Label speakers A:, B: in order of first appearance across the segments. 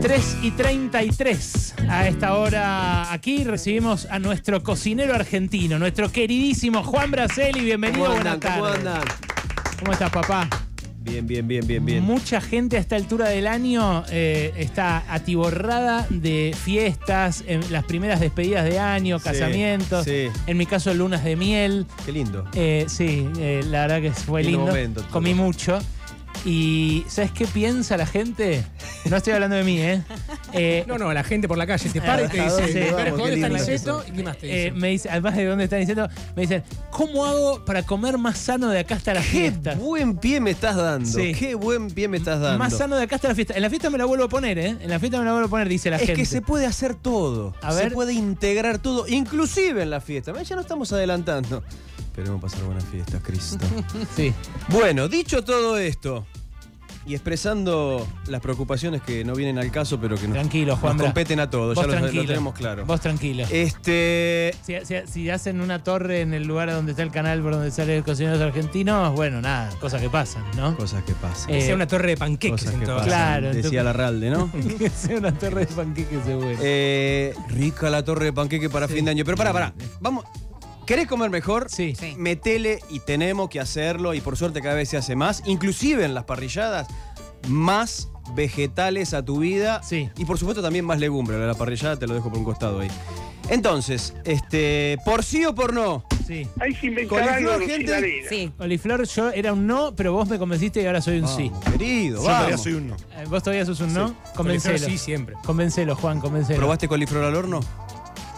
A: 3 y 33. A esta hora aquí recibimos a nuestro cocinero argentino, nuestro queridísimo Juan Braceli. Bienvenido,
B: ¿Cómo
A: buenas
B: andan?
A: tardes.
B: ¿Cómo andan?
A: ¿Cómo estás, papá?
B: Bien, bien, bien, bien, bien.
A: Mucha gente a esta altura del año eh, está atiborrada de fiestas, en las primeras despedidas de año,
B: Sí,
A: casamientos.
B: sí.
A: En mi caso, lunas de miel.
B: Qué lindo.
A: Eh, sí, eh, la verdad que fue
B: Lindo
A: lindo.
B: momento, todo.
A: Comí mucho. Y ¿sabes qué piensa la gente? No estoy hablando de mí, ¿eh? Eh,
C: No, no, la gente por la calle te para y te
A: Trabajador, sí.
C: dice,
B: Vamos,
C: "Berjo, ¿dónde
B: qué
C: está
B: lindo
C: Niceto? ¿Y qué más te
A: eh,
C: dice?
A: me dice, además de dónde están diciendo, me dicen, ¿cómo hago para comer más sano de acá hasta la
B: Qué
A: fiesta?
B: buen pie me estás dando.
A: Sí.
B: Qué buen pie me estás dando.
A: Más sano de acá hasta la fiesta. En la fiesta me la vuelvo a poner, ¿eh? En la fiesta me la vuelvo a poner, dice la
B: es
A: gente.
B: que se puede hacer todo.
A: A
B: Se
A: ver.
B: puede integrar todo, inclusive en la fiesta. Ya no estamos adelantando. Esperemos pasar buenas fiestas, Cristo.
A: Sí.
B: bueno, dicho todo esto y expresando las preocupaciones que no vienen al caso, pero que nos,
A: Tranquilo, Juan.
B: nos competen a todos, ya
A: Vos
B: lo- lo,
A: tranquilo.
B: tenemos claro.
A: Vos tranquilo.
B: Este,
A: Si, si- si hacen una torre en el lugar donde está el canal por donde sale el cocinero argentinos, bueno, nada, cosas que pasan, ¿no?
B: cosas que pasan.
C: Que
A: eh,
C: sea una torre de panqueques
B: cosas
C: en
B: que
C: todo
B: pasan.
C: caso.
A: Claro, en tu-
B: decía Larralde, ¿no?
A: que sea una torre de panqueques se vuelve.
B: Eh, rica la torre de panqueque para fin de año. Pero pará, pará. Vamos. ¿Querés comer mejor?
A: Sí.
D: Sí.
B: Metele y tenemos que hacerlo. Y por suerte cada vez se hace más. Inclusive en las parrilladas, más vegetales a tu vida.
A: Sí.
B: Y por supuesto también más legumbre. Lo de La parrillada te lo dejo por un costado ahí. Entonces, este, por sí o por no.
A: sí.
E: Hay que inventar
B: Coliflor,
E: algo,
B: gente.
E: Lucila Lira.
D: Sí.
A: Oliflor, yo era un no, pero vos me convenciste y ahora soy un sí.
B: Vamos, Querido,
F: Yo en realidad
B: vamos.
F: soy un no.
A: Eh, Vos todavía sos un no,
C: Coliflor
A: convencelo.
C: sí, siempre.
A: Convencelo, Juan, convencelo.
B: ¿Probaste coliflor al horno?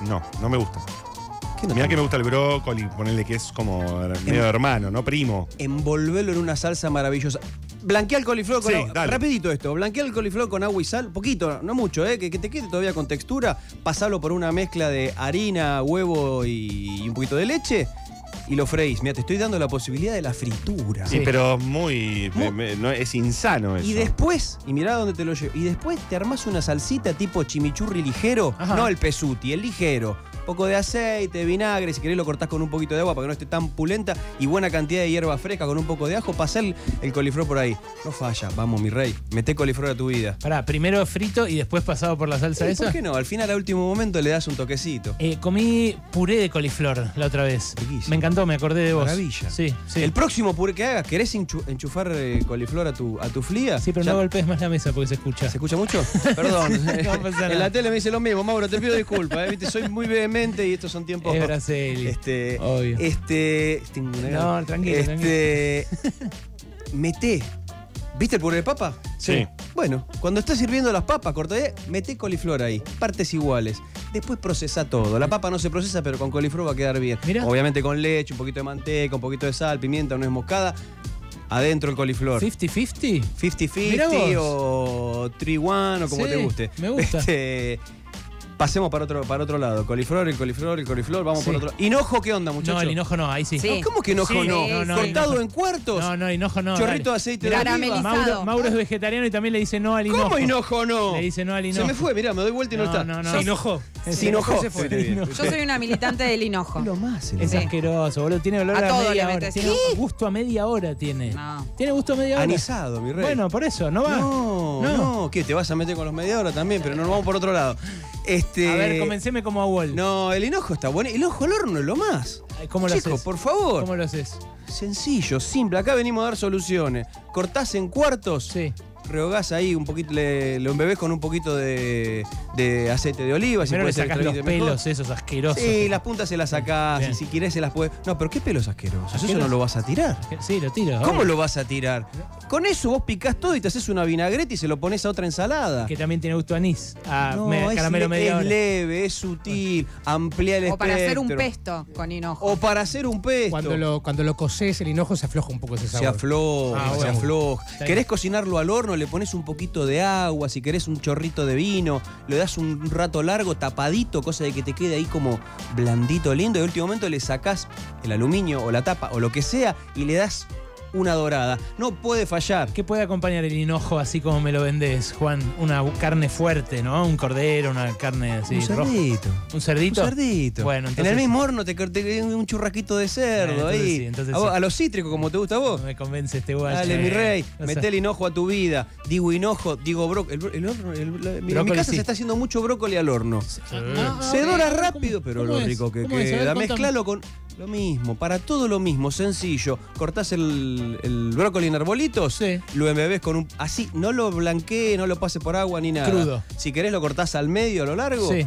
F: No, no me gusta.
B: ¿Qué no te
F: Mirá que me gusta el brócoli, ponerle que es como
B: Em,
F: medio hermano, ¿no? Primo.
B: envolverlo en una salsa maravillosa. Blanquea el coliflor con
F: Sí,
B: agua.
F: dale.
B: Rapidito esto, blanquea el coliflor con agua y sal, poquito, no mucho, eh, que, que te quede todavía con textura. Pasalo por una mezcla de harina, huevo y, y un poquito de leche y lo freís. Mira, te estoy dando la posibilidad de la fritura.
F: Sí, pero muy. me- me- no, es insano eso.
B: Y después, y mirá dónde te lo llevo, y después te armás una salsita tipo chimichurri ligero,
A: Ajá.
B: no el pesuti, el ligero. Poco de aceite, vinagre, si querés lo cortás con un poquito de agua para que no esté tan pulenta y buena cantidad de hierba fresca con un poco de ajo, pasá el, el coliflor por ahí. No falla, vamos mi rey, meté coliflor a tu vida.
A: Pará, primero frito y después pasado por la salsa
B: ¿Y
A: esa.
B: ¿Por qué no? Al final, a último momento, le das un toquecito.
A: Eh, comí puré de coliflor la otra vez.
B: Riquísimo.
A: Me encantó, me acordé de vos.
B: Maravilla.
A: Sí, sí.
B: El próximo puré que hagas, ¿querés enchu- enchufar eh, coliflor a tu, a tu flía?
A: sí, pero
B: Ya-
A: no golpees más la mesa porque se escucha.
B: ¿Se escucha mucho? Perdón.
A: No pasa
B: en
A: nada.
B: la tele me dice lo mismo, Mauro, te pido disculpas, ¿eh? Viste, soy muy vehemente y estos son tiempos.
A: Es Braceli.
B: Este.
A: Obvio.
B: Este. tengo una gana.
A: No, tranquilo,
B: Este. Meté. ¿Viste el puré de papa?
F: Sí.
B: Bueno, cuando estés sirviendo las papas, corté, meté coliflor ahí, partes iguales. Después procesa todo. La papa no se procesa, pero con coliflor va a quedar bien.
A: Mirá.
B: Obviamente con leche, un poquito de manteca, un poquito de sal, pimienta, nuez moscada. Adentro el coliflor.
A: 50-50? Mirá
B: 50-50
A: vos.
B: o 3-1 o como
A: Sí,
B: te guste.
A: me gusta.
B: Este, pasemos para otro, para otro lado. Coliflor, el coliflor, el coliflor, vamos
A: Sí.
B: por otro. ¿Hinojo qué onda,
A: No,
B: muchachos?
A: el hinojo no, ahí sí.
D: Sí.
B: ¿Cómo que enojo
A: Sí,
B: no?
D: no, no,
B: ¿Cortado
A: hinojo.
B: en cuartos?
A: No, no, hinojo no. dale.
B: Chorrito de aceite
A: Mirá,
B: de oliva.
D: Caramelizado.
A: Mauro, Mauro es vegetariano y también le dice no al hinojo.
B: ¿Cómo hinojo no?
A: Le dice no al hinojo.
B: Se me fue, mirá, me doy vuelta y no,
A: No,
B: está.
A: no, no.
C: Se enojó.
B: Se enojó.
C: Se fue.
B: Viste bien.
D: Yo soy una militante del hinojo.
B: Lo más. el
A: Es
D: Sí.
A: asqueroso, boludo. Tiene olor
D: A
A: a,
D: todo le
A: media hora.
D: metes.
A: Tiene
D: ¿Qué?
A: gusto a media hora tiene.
D: No.
A: Tiene gusto a media hora.
B: Anisado, mi rey.
A: Bueno, por eso, no va.
B: no, no, ¿Qué? ¿Te vas a meter con los media hora también? Pero nos vamos por otro lado. Este,
A: A ver, comenceme como a Wall.
B: No, el hinojo está bueno. El ojo al horno es lo más.
A: Ay, ¿Cómo lo
B: Chicos,
A: haces?
B: por favor.
A: ¿Cómo lo haces?
B: Sencillo, simple. Acá venimos a dar soluciones. Cortás en cuartos,
A: Sí.
B: rehogás ahí un poquito, le, lo embebés con un poquito de, de aceite de oliva. si
A: Primero
B: puede
A: le
B: ser
A: sacás los
B: extraído mejor.
A: pelos esos asquerosos.
B: Sí, las puntas se las sacás
A: Bien.
B: y si querés se las puedes. No, pero qué pelos asquerosos. Eso no
A: ¿Asquerosos?
B: lo vas a tirar.
A: Sí, lo tiro.
B: ¿Cómo
A: obvio.
B: lo vas a tirar? Con eso vos picás todo y te haces una vinagreta y se lo pones a otra ensalada.
A: Que también tiene gusto a anís. A
B: No,
A: me-
B: es,
A: caramelo
B: le-
A: media
B: es
A: hora.
B: leve, es sutil, amplía el
D: O para hacer un
B: espectro.
D: pesto con hinojo.
B: O para hacer un pesto.
C: Cuando lo, cuando lo cocés, el hinojo se afloja un poco ese
B: Se
C: sabor.
B: afloja,
C: Ah,
B: se
C: bueno.
B: afloja.
A: Está bien.
B: ¿Querés cocinarlo al horno? Le pones un poquito de agua, si querés un chorrito de vino, le das un rato largo, tapadito, cosa de que te quede ahí como blandito, lindo. Y al último momento le sacás el aluminio o la tapa o lo que sea y le das una dorada. No puede fallar.
A: ¿Qué puede acompañar el hinojo así como me lo vendés, Juan? Una carne fuerte, ¿no? Un cordero, una carne así
B: un
A: roja.
B: cerdito.
A: ¿Un cerdito?
B: Un cerdito.
A: Bueno,
B: en
A: entonces-
B: el mismo horno te corté un churrasquito de cerdo
A: Ah, entonces
B: ahí.
A: sí, entonces
B: a, vos-
A: sí.
B: a lo cítrico como te gusta a vos.
A: No me convence este guacho.
B: Dale, mi
A: eh.
B: rey,
A: O sea,
B: meté el hinojo a tu vida. Digo hinojo, digo brócoli. El, bro- el horno- el- la- mi- en mi
A: Brócoli,
B: casa
A: sí.
B: se está haciendo mucho brócoli al horno.
E: Ah,
B: se
E: ah,
B: dora
E: ¿cómo-
B: rápido, pero
E: cómo
B: lo
E: es?
B: rico que
E: ¿Cómo es? A ver,
B: queda.
E: contame.
B: Mezclalo con lo mismo, para todo lo mismo, sencillo. Cortás el, el brócoli en arbolitos,
A: Sí.
B: lo embebés con un... Así, no lo blanquees, no lo pases por agua ni nada.
A: Crudo.
B: Si querés lo cortás al medio, a lo largo.
A: Sí.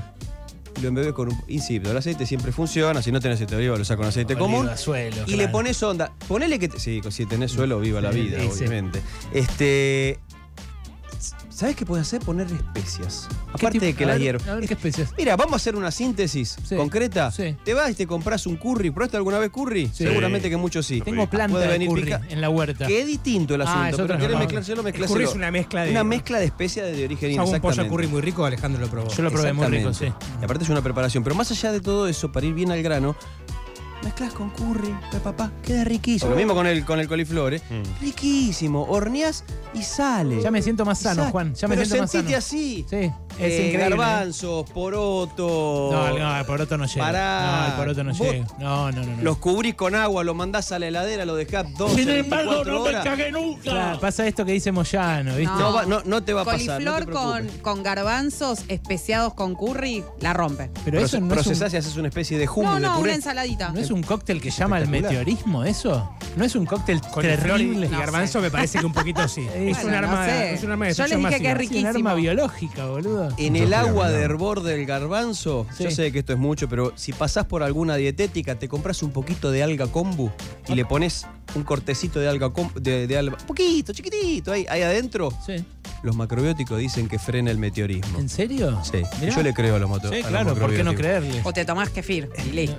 B: Lo embebés con un... Insisto, el aceite siempre funciona. Si no tenés aceite de oliva, lo sacas con aceite
A: Oliva,
B: común.
A: suelo,
B: Y
A: claro.
B: le pones onda. Ponele que. te- sí, si tenés suelo, viva la
A: Sí,
B: vida,
A: sí, sí.
B: obviamente. Este. ¿Sabes qué puedes hacer? Poner especias.
A: ¿Qué
B: Aparte
A: tipo-
B: de que
A: a
B: la
A: ver,
B: hierba.
A: A ver qué especies.
B: Mira, vamos a hacer una síntesis
A: Sí.
B: concreta.
A: Sí.
B: Te vas y te compras un curry. ¿Probaste alguna vez curry?
A: Sí.
B: Seguramente que muchos sí.
A: Tengo
F: Rico.
A: planta
B: Puede
A: de
B: venir
A: curry
B: pica-
A: en la huerta.
B: Que es distinto el
A: Ah,
B: asunto.
A: es
B: pero
A: otro
B: querés
A: no.
B: mezclárselo,
C: El curry
B: mezclárselo.
C: es una mezcla de.
B: Una mezcla de especias de origen
C: Yo hago un pollo
B: exactamente.
C: curry muy rico, Alejandro lo probó.
A: Yo lo probé muy rico, sí.
B: Exactamente. Y aparte es una preparación. Pero más allá de todo eso, para ir bien al grano, mezclas con curry, papá, queda riquísimo. Lo mismo con el, con el coliflor, ¿eh?
F: Mm.
B: Riquísimo. Horneás y sale.
A: Ya me siento más sano,
B: Exacto.
A: Juan. Ya me
B: Pero
A: siento más
B: sentite
A: sano.
B: así.
A: Sí, es
B: Eh,
A: increíble.
B: Garbanzos, poroto.
A: No, no, el poroto no llega.
B: Pará.
A: No, el poroto no
B: Vos-
A: llega. No, no, no. no.
B: Los cubrís con agua, los mandás a la heladera, los dejás 12,
E: Sin embargo,
B: 24
E: no me
B: horas.
E: cagué
A: Claro,
E: nunca.
A: pasa esto que dice Moyano, ¿viste?
B: No, va- no- no te va a pasar. no te
D: Coliflor con,
B: preocupes.
D: con garbanzos especiados con curry, la rompe.
A: Pero eso
B: Proce-
A: no es,
B: procesás
A: un,
B: y haces una especie de humo
D: No,
B: de
D: no,
B: puré.
D: una ensaladita.
A: ¿no es un cóctel que llama al
B: Espectacular.
A: meteorismo, eso. No es un cóctel
C: Con el flor y,
A: terrible.
C: y
D: No
C: garbanzo me parece que un poquito sí. es,
D: Bueno,
C: un arma,
D: no sé.
C: es un arma de
D: Yo
C: destrucción
D: les dije que
C: masiva.
D: es
A: Es un arma
D: riquísimo.
A: biológica, boludo.
B: En
F: Yo
B: el
F: fui a
B: agua
F: Vietnam.
B: de hervor del garbanzo, yo
A: Sí.
B: sé que esto es mucho, pero si pasás por alguna dietética, te compras un poquito de alga kombu y le pones un cortecito de alga kombu, de, de alba, poquito, chiquitito, ahí, ahí adentro.
A: Sí.
B: Los macrobióticos dicen que frena el meteorismo.
A: ¿En serio?
B: Sí,
A: Mirá.
B: yo le creo a los motos.
A: Sí, claro, ¿por qué no creerle? Ah,
D: O te tomás kefir y listo.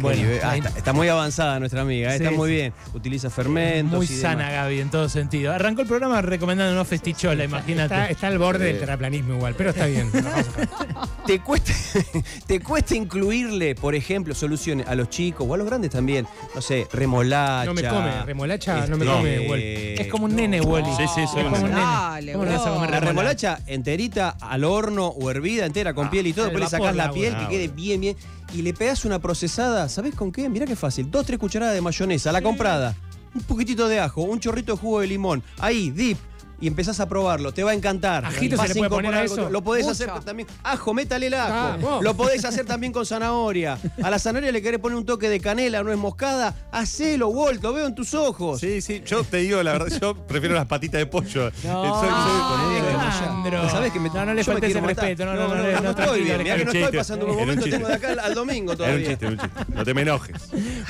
B: Bueno,
A: ahí-
B: Ah, está, está muy avanzada nuestra amiga, eh,
A: Sí,
B: está muy
A: sí.
B: bien. Utiliza fermentos.
A: muy
B: y demás.
A: sana Gaby en todo sentido. Arrancó el programa recomendándonos festichola,
C: Está,
A: imagínate.
C: está al borde del terraplanismo igual, pero está bien. nos vamos a dejar.
B: ¿Te cuesta, te cuesta incluirle, por ejemplo, soluciones a los chicos o a los grandes también. No sé, remolacha.
C: No me come, remolacha no me
B: este,
C: come, Wall.
A: es como un nene, Wally.
F: Sí, sí, soy
A: es
F: un
A: como un
F: nene.
A: nene.
D: Dale,
A: ¿Cómo le vas a comer
B: La
D: boludo.
A: remolacha?
B: remolacha enterita al horno o hervida entera con piel y todo,
C: Ah, el
B: después le
C: vapor
B: sacás
C: la
B: la
C: hago,
B: piel
F: la
B: que
F: hago.
B: quede bien, bien. Y le pegás una procesada, ¿sabés con qué? Mirá qué fácil. Dos, tres cucharadas de mayonesa, la comprada. Un poquitito de ajo, un chorrito de jugo de limón. Ahí, dip. Y empezás a probarlo, te va a encantar.
C: ¿Ajito se
B: Vas
C: le puede poner a
B: incorporar algo.
C: eso? Ah,
B: Lo podés
D: Mucho.
B: hacer con- también. Ajo, métale el ajo.
C: Vamos.
B: Lo podés hacer también con zanahoria. A la zanahoria le querés poner un toque de canela, no es moscada. Hacelo, Walt, lo veo en tus ojos.
F: Sí, sí, yo te digo la verdad, yo prefiero las patitas de pollo.
A: No,
F: Soy- soy-
A: Alejandro.
B: ¿Sabés que me-
A: no, no le
B: yo me
A: faltes
B: quiero
A: el
B: matar?
A: respeto. No, no, no, no,
B: no estoy
A: tranquilo,
B: bien. Mirá
A: Alejandro.
B: que no
F: Era un
B: estoy
F: chiste,
B: pasando un
F: era un
B: momento, tengo de
F: chiste.
B: acá al, al domingo
F: Era un
B: todavía.
F: chiste, era un chiste. No te me enojes.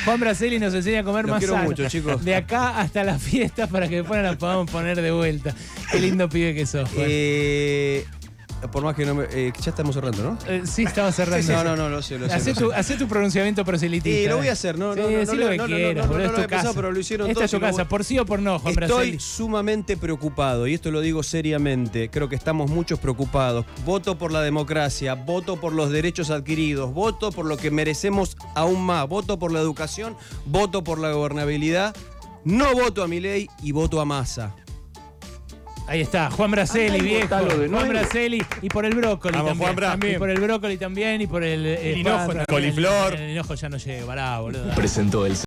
A: Juan Braceli nos enseña a comer
B: Los
A: más
B: quiero
A: sano.
B: mucho, chicos.
A: De acá hasta la fiesta para que después nos la podamos poner de vuelta. Qué lindo pibe que sos, Juan.
B: Eh, por más que no me. eh, ya estamos cerrando, ¿no?
A: Eh, sí, estaba cerrando.
B: No, no, no, lo sé, lo sé.
A: Hacé
B: lo
A: tu,
B: sé.
A: hacé tu pronunciamiento proselitista.
B: Sí, lo voy a hacer, no,
A: Sí,
B: no, no,
A: decí
B: no,
A: lo que
B: no, no, no,
A: quieras,
B: no,
A: boludo,
B: no,
A: es
B: no,
A: tu
B: he pensado,
A: casa.
B: pero lo hicieron
A: Esta
B: todos
A: es tu
B: y lo
A: casa,
B: voy-
A: por sí o por no, Juan
B: Estoy
A: Braceli.
B: sumamente preocupado, y esto lo digo seriamente, creo que estamos muchos preocupados. Voto por la democracia, voto por los derechos adquiridos, voto por lo que merecemos aún más, voto por la educación, voto por la gobernabilidad, no voto a mi ley y voto a masa.
A: Ahí está, Juan Braceli, viejo. Juan Braceli y por el brócoli
F: Vamos,
A: también.
F: Juan Bra.
A: Y por el brócoli también y por el... eh,
C: El hinojo
A: Juan-
C: también.
F: Coliflor.
A: El, hinojo ya no llega, pará, boludo.
G: Presentó el